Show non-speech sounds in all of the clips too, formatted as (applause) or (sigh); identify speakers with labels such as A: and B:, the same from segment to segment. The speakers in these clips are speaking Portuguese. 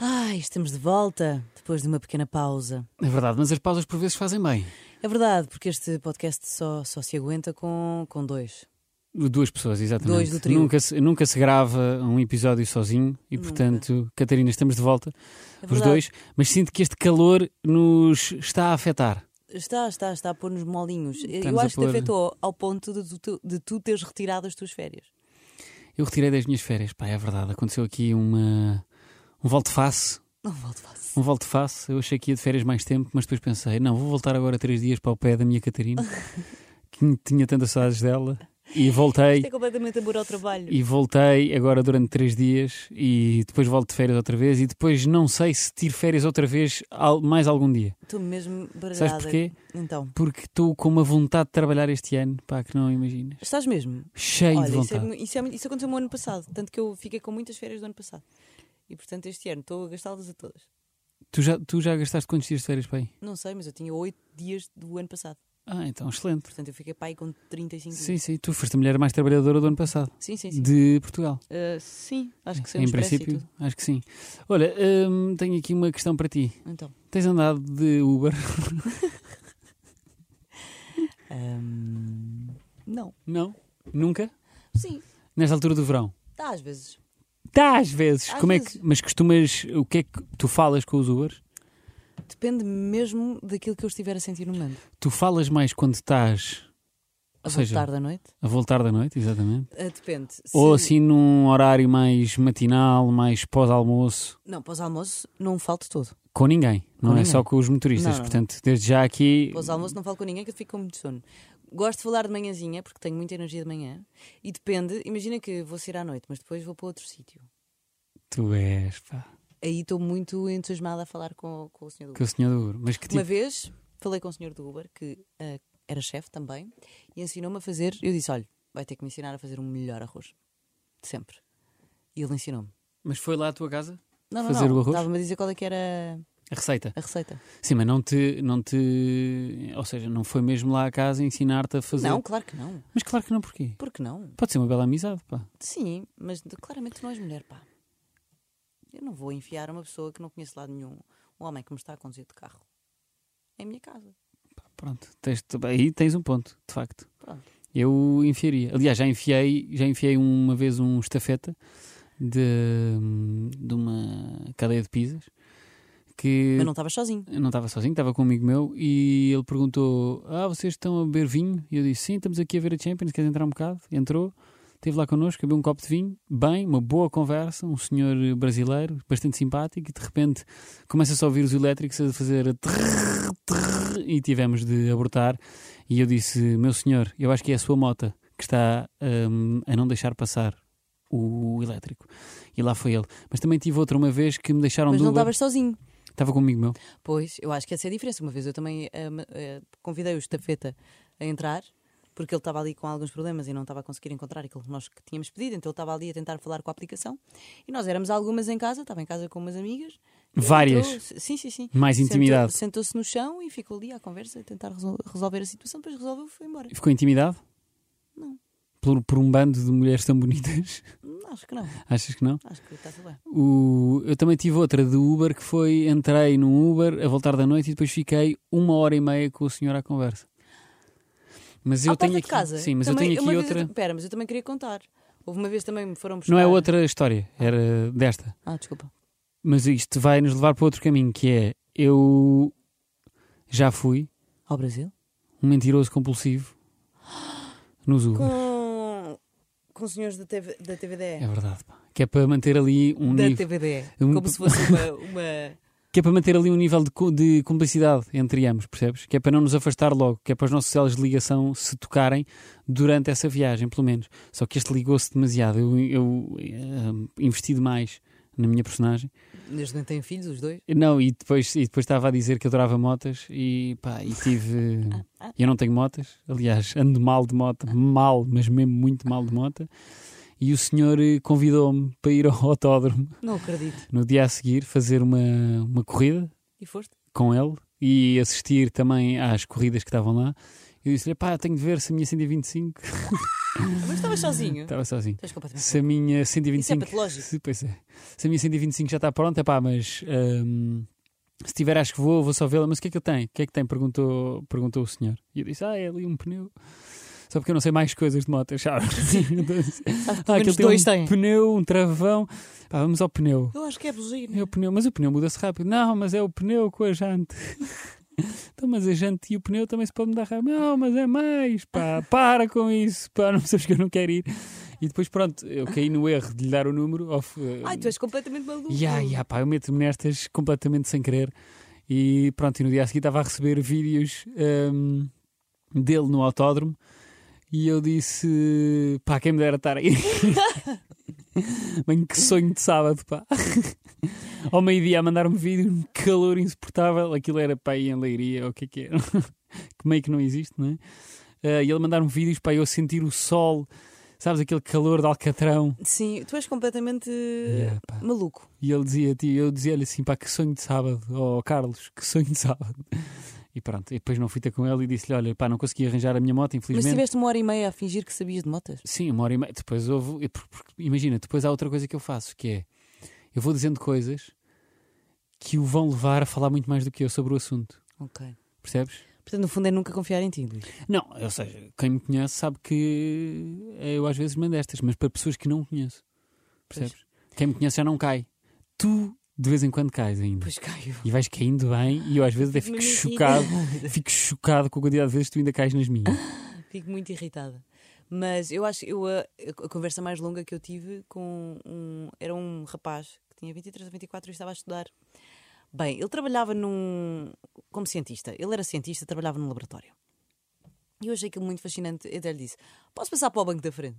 A: Ai, estamos de volta depois de uma pequena pausa.
B: É verdade, mas as pausas por vezes fazem bem.
A: É verdade, porque este podcast só, só se aguenta com, com dois.
B: Duas pessoas, exatamente.
A: Dois do trio.
B: Nunca, se, nunca se grava um episódio sozinho e, portanto, Catarina, estamos de volta,
A: É
B: os
A: verdade.
B: dois, mas sinto que este calor nos está a afetar.
A: Está, está, está a pôr-nos molinhos. Eu
B: Está-nos a
A: acho que te
B: pôr-
A: afetou ao ponto de tu, de tu teres retirado as tuas férias.
B: Eu retirei das minhas férias, pá, é verdade. Aconteceu aqui uma, um volte-face.
A: Não volto fácil.
B: Um volte-face. Eu achei que ia de férias mais tempo, mas depois pensei, não, vou voltar agora três dias para o pé da
A: (laughs)
B: minha Catarina, que tinha tantas saudades dela, e voltei.
A: Isto é completamente amor ao trabalho.
B: E voltei agora durante três dias e depois volto de férias outra vez e depois não sei se tiro férias outra vez al- mais algum dia.
A: Estou mesmo baralhada.
B: Sabes porquê?
A: Então,
B: Porque estou com uma vontade de trabalhar este ano, pá, que não imaginas.
A: estás mesmo?
B: Cheio de
A: Olha, isso, é
B: vontade.
A: mu- isso é mu- isso aconteceu no ano passado, tanto que eu fiquei com muitas férias do ano passado. E portanto este ano estou a gastá-las a todas.
B: Tu, já, tu já gastaste quantos dias de férias, pai?
A: Não sei, mas eu tinha oito dias do ano passado.
B: Ah, então, excelente.
A: Portanto eu fiquei pai com 35
B: Sim,
A: dias.
B: sim, tu foste a mulher mais trabalhadora do ano passado,
A: Sim, Uhum. sim, sim.
B: de Portugal.
A: Ah, sim, acho que é um sim.
B: Hum. em princípio, acho que sim. Olha, hum, tenho aqui uma questão para ti.
A: Então.
B: Tens andado de Uber? (laughs)
A: ahm, não.
B: Hum, Não? Nunca?
A: Sim,
B: Nesta altura do verão?
A: dá às vezes.
B: Tá, às vezes.
A: Às
B: Como É
A: vezes.
B: que, mas costumas. O que é que tu falas com os Ubers?
A: Depende mesmo daquilo que eu estiver a sentir no momento.
B: Tu falas mais quando estás
A: A
B: Ou seja,
A: voltar da noite?
B: a voltar da noite, exatamente?
A: Ah, depende. Se-
B: Ou assim num horário mais matinal, mais pós-almoço?
A: Não, pós-almoço não falo de todo.
B: Com ninguém, não
A: Com
B: é
A: ninguém.
B: só com os
A: Não,
B: motoristas.
A: não.
B: Portanto, desde já aqui.
A: Pós-almoço não falo com ninguém que eu fico com muito sono. Gosto de falar de manhãzinha, porque tenho muita energia de manhã. E depende, imagina que vou sair à noite, mas depois vou para outro sítio.
B: Tu és, pá.
A: Aí estou muito entusiasmada a falar com, com o senhor do
B: Que é o senhor do Uber. Mas que
A: Uma
B: tipo.
A: vez falei com o senhor do Uber, que ah, era chefe também, e ensinou-me a fazer. Eu disse: olha, vai ter que me ensinar a fazer um melhor arroz. De sempre. E ele ensinou-me.
B: Mas foi lá à tua casa?
A: Não, não,
B: Fazer
A: não.
B: o arroz?
A: Estava-me a dizer qual é que era
B: A receita.
A: a receita.
B: Sim, mas não te. Não te ou seja, não foi mesmo lá à casa ensinar-te a fazer.
A: Não, claro que não.
B: Mas claro que não, porquê?
A: Por que não?
B: Pode ser uma bela amizade, pá.
A: Sim, mas de- claramente tu não és mulher, pá. Eu não vou enfiar uma pessoa que não conheço de lado nenhum, um homem que me está a conduzir de carro, em minha casa.
B: Pronto, tens, aí tens um ponto, de facto.
A: Pronto.
B: Eu enfiaria. Aliás, já enfiei, já enfiei uma vez um estafeta de, de uma cadeia de pizzas que
A: Mas não estavas sozinho.
B: eu não estava sozinho, estava com um amigo meu e ele perguntou: Ah, vocês estão a beber vinho? E eu disse: Sim, estamos aqui a ver a Champions, queres entrar um bocado? Entrou, esteve lá connosco, bebeu um copo de vinho, bem, uma boa conversa, um senhor brasileiro, bastante simpático, e de repente começa-se a ouvir os elétricos a fazer a trrr, trrr, e tivemos de abortar. E eu disse: Meu senhor, eu acho que é a sua mota que está hum, a não deixar passar o elétrico. E lá foi ele. Mas também tive outra uma vez que me deixaram
A: Mas
B: de
A: não
B: Uber.
A: estavas sozinho.
B: Estava com um amigo meu.
A: Pois, eu acho que essa é a diferença. Uma vez eu também ah, ma- ah, convidei o estafeta a entrar, porque ele estava ali com alguns problemas e não estava a conseguir encontrar aquilo que nós que tínhamos pedido, então ele estava ali a tentar falar com a aplicação. E nós éramos algumas em casa, estava em casa com umas amigas. Ele
B: Várias.
A: entrou, se- sim, sim, sim.
B: Mais
A: Sentou-
B: intimidade.
A: Sentou-se no chão e ficou ali à conversa a tentar resol- resolver a situação, depois resolveu e foi embora.
B: E Ficou intimidado?
A: Não.
B: Por, por um bando de mulheres tão bonitas? (laughs)
A: Hum, Acho que não,
B: Achas que não?
A: acho que está tudo bem.
B: O, eu também tive outra de Uber que foi: entrei num Uber a voltar da noite e depois fiquei uma hora e meia com o senhor à conversa. Mas eu
A: à
B: tenho
A: porta
B: aqui.
A: de casa.
B: Sim, mas
A: também,
B: eu tenho
A: uma
B: aqui
A: vez
B: outra.
A: ta- Pera, mas eu também queria contar. Houve uma vez também me foram buscar.
B: Não é outra história, era desta.
A: Ah, desculpa.
B: Mas isto vai nos levar para outro caminho que é: eu já fui
A: Ao Brasil?
B: um mentiroso compulsivo nos Uber.
A: Com, com os senhores da, TV, da
B: É
A: TVDE.
B: verdade, pá. Que é para manter ali um
A: da
B: nível.
A: TVDE.
B: Um-
A: Como se fosse uma.
B: (laughs)
A: uma...
B: Que é para manter ali um nível de, co- de cumplicidade entre ambos, percebes? Que é para não nos afastar logo, que é para os nossos elos de ligação se tocarem durante essa viagem, pelo menos. Só que este ligou-se demasiado. Eu, eu, eh, investi demais na minha personagem.
A: Eles não têm filhos, os dois?
B: Não, e depois, e depois estava a dizer que adorava motas e pá, e tive. Eu não tenho motas, aliás, ando mal de moto, mal, mas mesmo muito mal de moto. E o senhor eh, convidou-me para ir ao autódromo
A: Não acredito.
B: no dia a seguir fazer uma, uma corrida
A: E foste?
B: com ele e
A: Hum.
B: assistir também às corridas que estavam lá. Eu disse-lhe, pá, tenho de ver se a minha 125
A: Mas estavas sozinho.
B: Estava sozinho.
A: Estás completamente.
B: Se a minha
A: Uhum. Isso é
B: 125.
A: patológico.
B: se, pois é. Se a minha 125 já está pronta, pá, mas hum, se tiver, acho que vou, vou só vê-la. Mas o que é que ele tem? O que é que tem? Perguntou, perguntou o senhor. E eu disse, ah, é ali um pneu. Só porque eu não sei mais coisas de motas, sabe? (laughs)
A: Sabes que
B: ah,
A: pelo
B: aquele
A: menos
B: tem
A: dois
B: um
A: têm.
B: pneu, um travão. Pá, vamos ao pneu.
A: Eu acho que é buzina.
B: É o pneu, mas o pneu muda-se rápido. Não, mas é o pneu com a jante. (laughs) Então, mas a jante e o pneu também se pode mudar rápido. Não, mas é mais, pá, para com isso, pá, não sabes que eu não quero ir. E depois, pronto, eu caí no erro de lhe dar o número. Of,
A: Ai, tu és completamente maluco.
B: Ya, ya, pá, eu meto-me nestas completamente sem querer. E pronto, e no dia a seguir estava a receber vídeos hum, dele no autódromo e eu disse: pá, quem me dera estar aí. Mano, que sonho de sábado, pá. Ao meio-dia a mandar-me vídeo, um calor insuportável. Aquilo era pá, aí em Leiria, ou o que é que era? (laughs) que meio que não existe, não é? Ah, e ele mandar-me vídeos para eu sentir o sol, sabes, aquele calor de Alcatrão.
A: Sim, tu és completamente
B: Yeah, pá.
A: maluco.
B: E ele dizia, tio, eu dizia-lhe assim, pá, que sonho de sábado, oh, Carlos, que sonho de sábado. (laughs) E pronto, e depois não fui ter com ele e disse-lhe, olha, pá, não consegui arranjar a minha moto,
A: Mas
B: infelizmente.
A: tiveste uma hora e meia a fingir que sabias de motas.
B: Sim, uma hora e meia. Depois houve. e por- por- Imagina, depois há outra coisa que eu faço, que é eu vou dizendo coisas que o vão levar a falar muito mais do que eu sobre o assunto.
A: Ok.
B: Percebes?
A: Portanto, no fundo é nunca confiar em ti, Luís.
B: Não, ou seja, quem me conhece sabe que eu às vezes mando estas, mas para pessoas que não conheço. Percebes? Quem me conhece já não cai. Tu, de vez em quando, cais ainda.
A: Pois caio.
B: E vais caindo bem, e eu às vezes até fico
A: Mas- (laughs)
B: chocado, fico chocado com a quantidade de vezes que tu ainda cais nas minhas.
A: Fico muito irritada. Mas eu acho, eu, a, a conversa mais longa que eu tive com um. Era um rapaz que tinha 23 ou 24 e estava a estudar. Bem, ele trabalhava num. como cientista. Ele era cientista, trabalhava num laboratório. E eu achei aquilo muito fascinante. Eu até lhe disse: Posso passar para o banco da frente?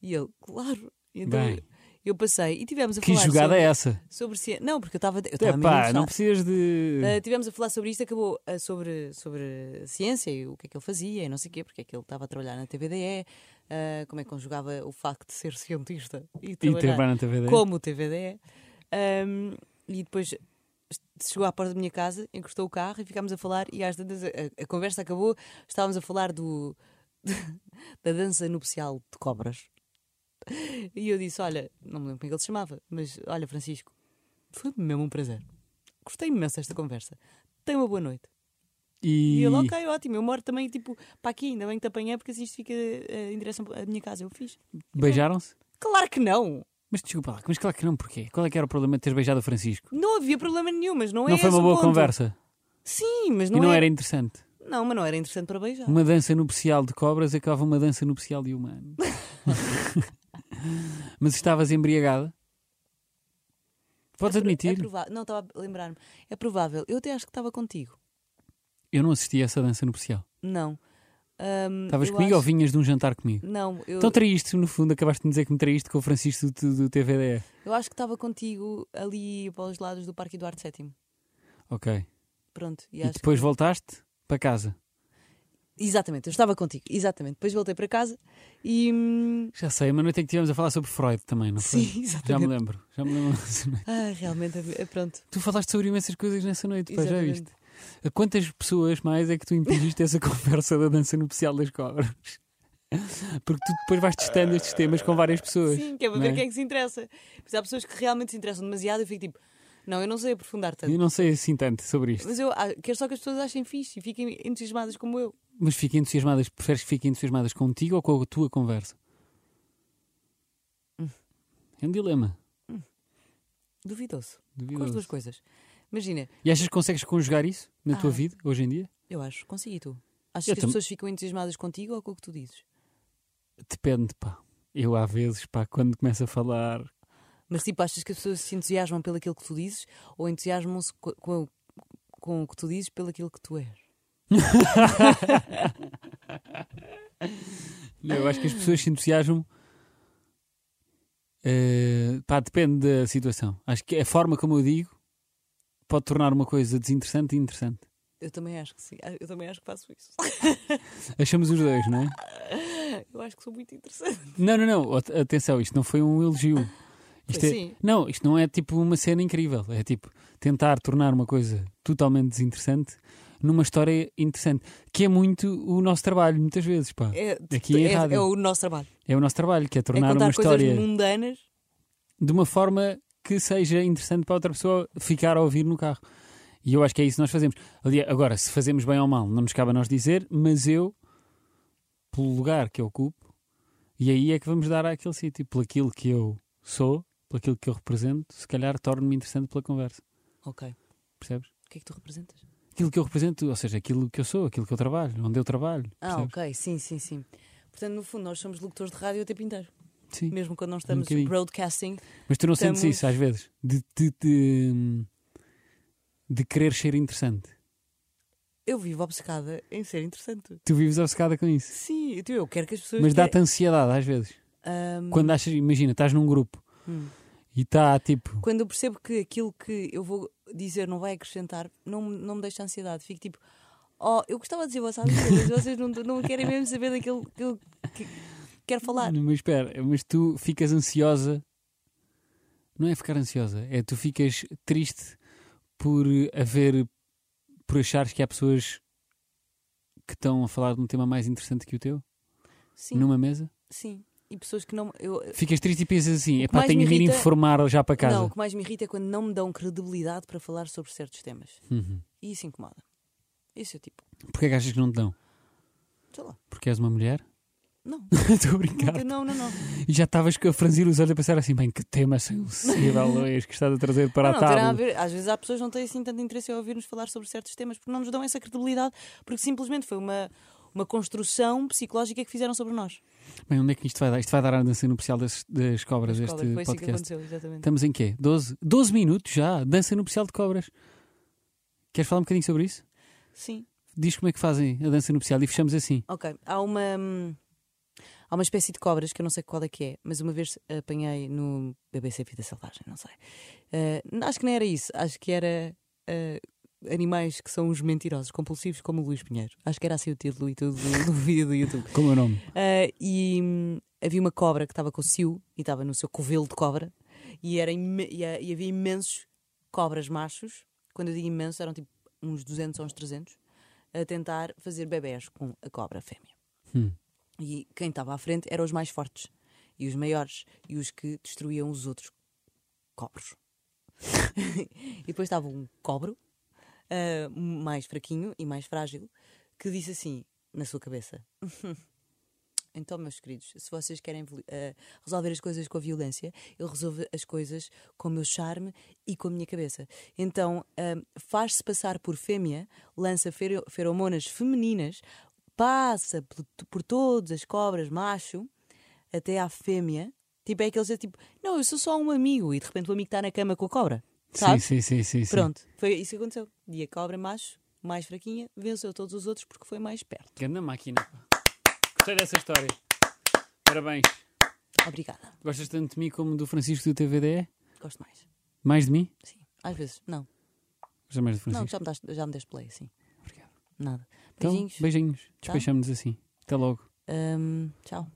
A: E ele, claro. E então
B: Bem.
A: eu passei e tivemos a
B: Que
A: falar.
B: jogada
A: sobre,
B: é essa?
A: Sobre ci- Não, porque eu estava. Eu estava mesmo
B: Epá, não
A: interessada.
B: precisas de.
A: Uh, tivemos a falar sobre isto, acabou uh, sobre, sobre a ciência e o que é que ele fazia e não sei o quê, porque é que ele estava a trabalhar na TVDE, uh, como é que conjugava o facto de ser cientista e
B: E ter
A: trabalhar
B: na TVD.
A: como TVDE. Um, e depois chegou à porta da minha casa, encostou o carro e ficámos a falar e às tantas a, a- a conversa acabou, estávamos a falar do (laughs) da dança nupcial de cobras. E eu disse, olha, não me lembro como é que ele se chamava, mas olha Francisco, foi mesmo um prazer. Gostei imenso desta conversa. Tenha uma boa noite. E,
B: E,
A: ele, ok, ótimo. Eu moro também, tipo, para aqui, ainda bem que te apanhei, porque assim isto fica eh, em direção à minha casa. Eu fiz.
B: beijaram-se?
A: Claro que não!
B: Mas desculpa lá, mas claro que não, porquê? Qual é que era o problema de teres beijado o Francisco?
A: Não havia problema nenhum, mas não é
B: Não foi
A: esse
B: uma
A: o
B: boa
A: ponto.
B: conversa.
A: Sim, mas
B: e
A: não,
B: não
A: é-
B: era interessante.
A: Não, mas não era interessante para beijar.
B: Uma dança nupcial de cobras acabava uma dança nupcial
A: (laughs)
B: de humano. mas estavas embriagada? Podes
A: É pro- É
B: admitir?
A: provável. Não, estava a lembrar-me. É provável. Eu até acho que estava contigo.
B: Eu não assisti a essa dança nupcial.
A: Não. Ahm,
B: Estavas
A: eu
B: comigo ou
A: acho-
B: vinhas de um jantar comigo?
A: Não, eu,
B: Então traíste, no fundo, acabaste de me dizer que me traíste com o Francisco do, do TVDE.
A: eu acho que estava contigo ali para os lados do Parque Eduardo VII.
B: Ok.
A: Pronto. E
B: E,
A: acho que-
B: depois voltaste para casa.
A: Exatamente, eu estava contigo. Exatamente. Depois voltei para casa e. hum,
B: Já sei, uma noite em que estivemos a falar sobre Freud também, não foi?
A: Sim, (laughs)
B: Já me
A: exatamente.
B: lembro. Já me lembro. (laughs)
A: Ah, realmente, é- pronto.
B: tu falaste sobre imensas coisas nessa noite, pá, já
A: Exatamente.
B: viste? A quantas pessoas mais é que tu impediste essa (laughs) conversa da dança nupcial das cobras? Porque tu depois vais testando estes temas com várias pessoas.
A: Sim, que é para
B: não
A: ver
B: é?
A: quem é que se interessa. Mas há pessoas que realmente se interessam demasiado e eu fico tipo, não, eu não sei aprofundar tanto.
B: Eu não sei assim tanto sobre isto.
A: Mas eu ah, quero só que as pessoas achem fixe e fiquem entusiasmadas como eu.
B: Mas fiquem entusiasmadas, preferes que fiquem entusiasmadas contigo ou com a tua conversa?
A: Hum.
B: É um dilema.
A: Duvidoso. Com as
B: duvidoso.
A: duas coisas. Imagina,
B: E achas que consegues conjugar isso na tua
A: Ah.
B: vida hoje em dia?
A: eu acho, consegui tu. Achas
B: Eu
A: que as
B: tam-
A: pessoas ficam entusiasmadas contigo ou com o que tu dizes?
B: Depende, pá. Eu há vezes, pá, quando começo a falar,
A: Mas tipo, achas que as pessoas se entusiasmam pelo aquilo que tu dizes ou entusiasmam-se co- com, com o que tu dizes pelo aquilo que tu és?
B: Não, eu acho que as pessoas se entusiasmam. eh, pá, depende da situação. Acho que a forma como eu digo pode tornar uma coisa desinteressante e interessante.
A: Eu também acho que sim. Ah, Eu também acho que faço isso.
B: Achamos os dois, não é?
A: Eu acho que sou muito interessante.
B: Não, não, não. At- Atenção, isto não foi um elogio.
A: (laughs)
B: Isto
A: Foi
B: é-
A: sim.
B: Não, isto não é tipo uma cena incrível. É tipo tentar tornar uma coisa totalmente desinteressante numa história interessante, que é muito o nosso trabalho, muitas vezes, pá.
A: É,
B: Aqui é
A: é,
B: rádio.
A: é o nosso trabalho.
B: É o nosso trabalho, que é
A: É
B: tornar
A: contar
B: uma
A: coisas
B: história
A: mundanas.
B: de uma forma que seja interessante para outra pessoa ficar a ouvir no carro. E eu acho que é isso que nós fazemos. Ali- Agora, se fazemos bem ou mal, não nos cabe a nós dizer, mas eu, pelo lugar que eu ocupo, e aí é que vamos dar àquele sítio, pelo aquilo que eu sou, pelo aquilo que eu represento, se calhar torno-me interessante pela conversa,
A: Ok.
B: percebes?
A: O que é que tu representas?
B: Aquilo que eu represento, ou seja, aquilo que eu sou, aquilo que eu trabalho, onde eu trabalho,
A: Ah,
B: percebes?
A: ok, sim, sim, sim. Portanto, no fundo, nós somos locutores de rádio o tempo inteiro.
B: Sim. Um
A: Mesmo quando não estamos
B: bocadinho.
A: broadcasting.
B: Mas tu não sentes
A: Estamos-
B: isso às vezes? De, de, de, de querer ser interessante.
A: Eu vivo obcecada em ser interessante.
B: Tu vives obcecada com isso.
A: Sim, então eu quero que as pessoas.
B: Mas dá-te
A: querem-
B: ansiedade às vezes.
A: Ahm,
B: Quando achas, imagina, estás num grupo
A: hum.
B: e está tipo.
A: Quando eu percebo que aquilo que eu vou dizer não vai acrescentar, não, me- não me deixa ansiedade. Fico tipo, oh, eu gostava de dizer vocês, mas vocês não, não querem mesmo saber daquilo que eu que- quero falar.
B: Mas espera, mas tu ficas ansiosa. Não é ficar ansiosa, é tu ficas triste por haver. por achares que há pessoas que estão a falar de um tema mais interessante que o teu
A: Sim,
B: numa mesa.
A: sim. E pessoas que não. Eu,
B: Ficas triste e pensas assim:
A: que
B: epá,
A: mais me
B: tenho de ir
A: irrita-
B: informar já para casa.
A: não, o que mais me irrita é quando não me dão credibilidade para falar sobre certos temas.
B: Uhum.
A: E isso incomoda. Isso eu tipo,
B: Porquê é que achas que não te dão?
A: sei lá,
B: Porque és uma mulher? (laughs)
A: não.
B: Estou a brincar.
A: Nunca, não, não, não.
B: E já estavas a franzir os olhos a pensar assim: bem, que
A: (laughs)
B: tema sensível é este que estás a trazer para
A: Ah, não,
B: a
A: não terá a
B: tábua.
A: ver. Às vezes há pessoas que não têm assim tanto interesse em ouvir-nos falar sobre certos temas porque não nos dão essa credibilidade, porque simplesmente foi uma, uma construção psicológica que fizeram sobre nós.
B: Bem, onde é que isto vai dar? Isto vai dar a dança no especial das, das cobras,
A: Mas,
B: este
A: Cobra, foi isso que
B: podcast.
A: aconteceu, exatamente.
B: Estamos em quê? 12, 12 minutos já, dança no especial de cobras. Queres falar um bocadinho sobre isso?
A: Sim,
B: Diz como é que fazem a dança no especial e fechamos assim.
A: ok. Há uma. hum, Há uma espécie de cobras que eu não sei qual é que é, mas uma vez apanhei no BBC Vida Selvagem, não sei. Eh, acho que não era isso, acho que era eh, animais que são os mentirosos, compulsivos, como o Luís Pinheiro. Acho que era assim o título e tudo do, do vídeo do YouTube.
B: Como é o nome?
A: Ah, e hum, havia uma cobra que estava com o Sil e estava no seu covelo de cobra e, era imen- e, ha- e havia imensos cobras machos, quando eu digo imensos eram tipo uns 200 ou uns 300, a tentar fazer bebés com a cobra fêmea.
B: Hum.
A: E quem estava à frente eram os mais fortes e os maiores e os que destruíam os outros cobros. (laughs) e depois estava um cobro ah, mais fraquinho e mais frágil que disse assim na sua cabeça (laughs) então, meus queridos, se vocês querem voli- eh, resolver as coisas com a violência, eu resolvo as coisas com o meu charme e com a minha cabeça. Então, ahm, faz-se passar por fêmea, lança fero- feromonas femininas, passa por, por todas as cobras macho até à fêmea. Tipo, é aquele dizer, tipo, não, eu sou só um amigo e de repente o amigo está na cama com a cobra.
B: Sim,
A: Sabe?
B: sim, sim, sim, sim.
A: Pronto, foi isso que aconteceu. E a cobra macho, mais fraquinha, venceu todos os outros porque foi mais perto.
B: Grande máquina. pá. Gostei dessa história. Parabéns.
A: Obrigada,
B: Gostas tanto de mim como do Francisco do TVDE?
A: gosto mais.
B: Mais de mim?
A: Sim, às vezes, não.
B: Gostas mais do
A: Não, tá.
B: Francisco?
A: já me, das, já me deste play, sim.
B: Obrigado.
A: Nada.
B: Então,
A: Beijinhos. Tá.
B: beijinhos. Despechamos-nos assim. Até logo.
A: Ahm, tchau.